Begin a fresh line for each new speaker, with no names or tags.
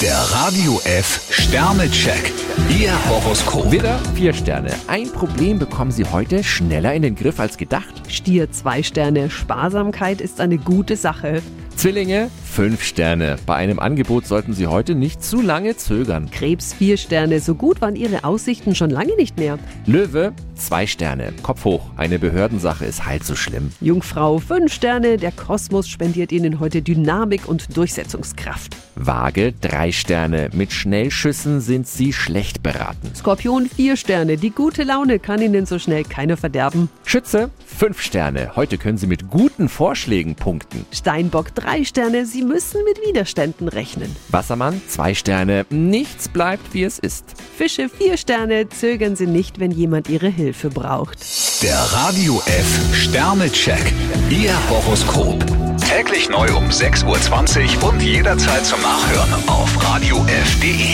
Der Radio F Sternecheck. Ihr Horoskop.
Widder, vier Sterne. Ein Problem bekommen Sie heute schneller in den Griff als gedacht.
Stier zwei Sterne. Sparsamkeit ist eine gute Sache.
Zwillinge, fünf Sterne. Bei einem Angebot sollten Sie heute nicht zu lange zögern.
Krebs vier Sterne. So gut waren Ihre Aussichten schon lange nicht mehr.
Löwe, zwei Sterne. Kopf hoch. Eine Behördensache ist halt so schlimm.
Jungfrau fünf Sterne. Der Kosmos spendiert Ihnen heute Dynamik und Durchsetzungskraft.
Waage, drei Sterne. Mit Schnellschüssen sind Sie schlecht beraten.
Skorpion vier Sterne. Die gute Laune kann Ihnen so schnell keiner verderben.
Schütze, fünf Sterne. Heute können Sie mit guten Vorschlägen punkten.
Steinbock drei Sterne. Sie müssen mit Widerständen rechnen.
Wassermann, zwei Sterne. Nichts bleibt, wie es ist.
Fische vier Sterne. Zögern Sie nicht, wenn jemand Ihre Hilfe braucht.
Der Radio F Sternecheck. Ihr Horoskop. Täglich neu um 6.20 Uhr und jederzeit zum Nachhören auf Radio radiof.de.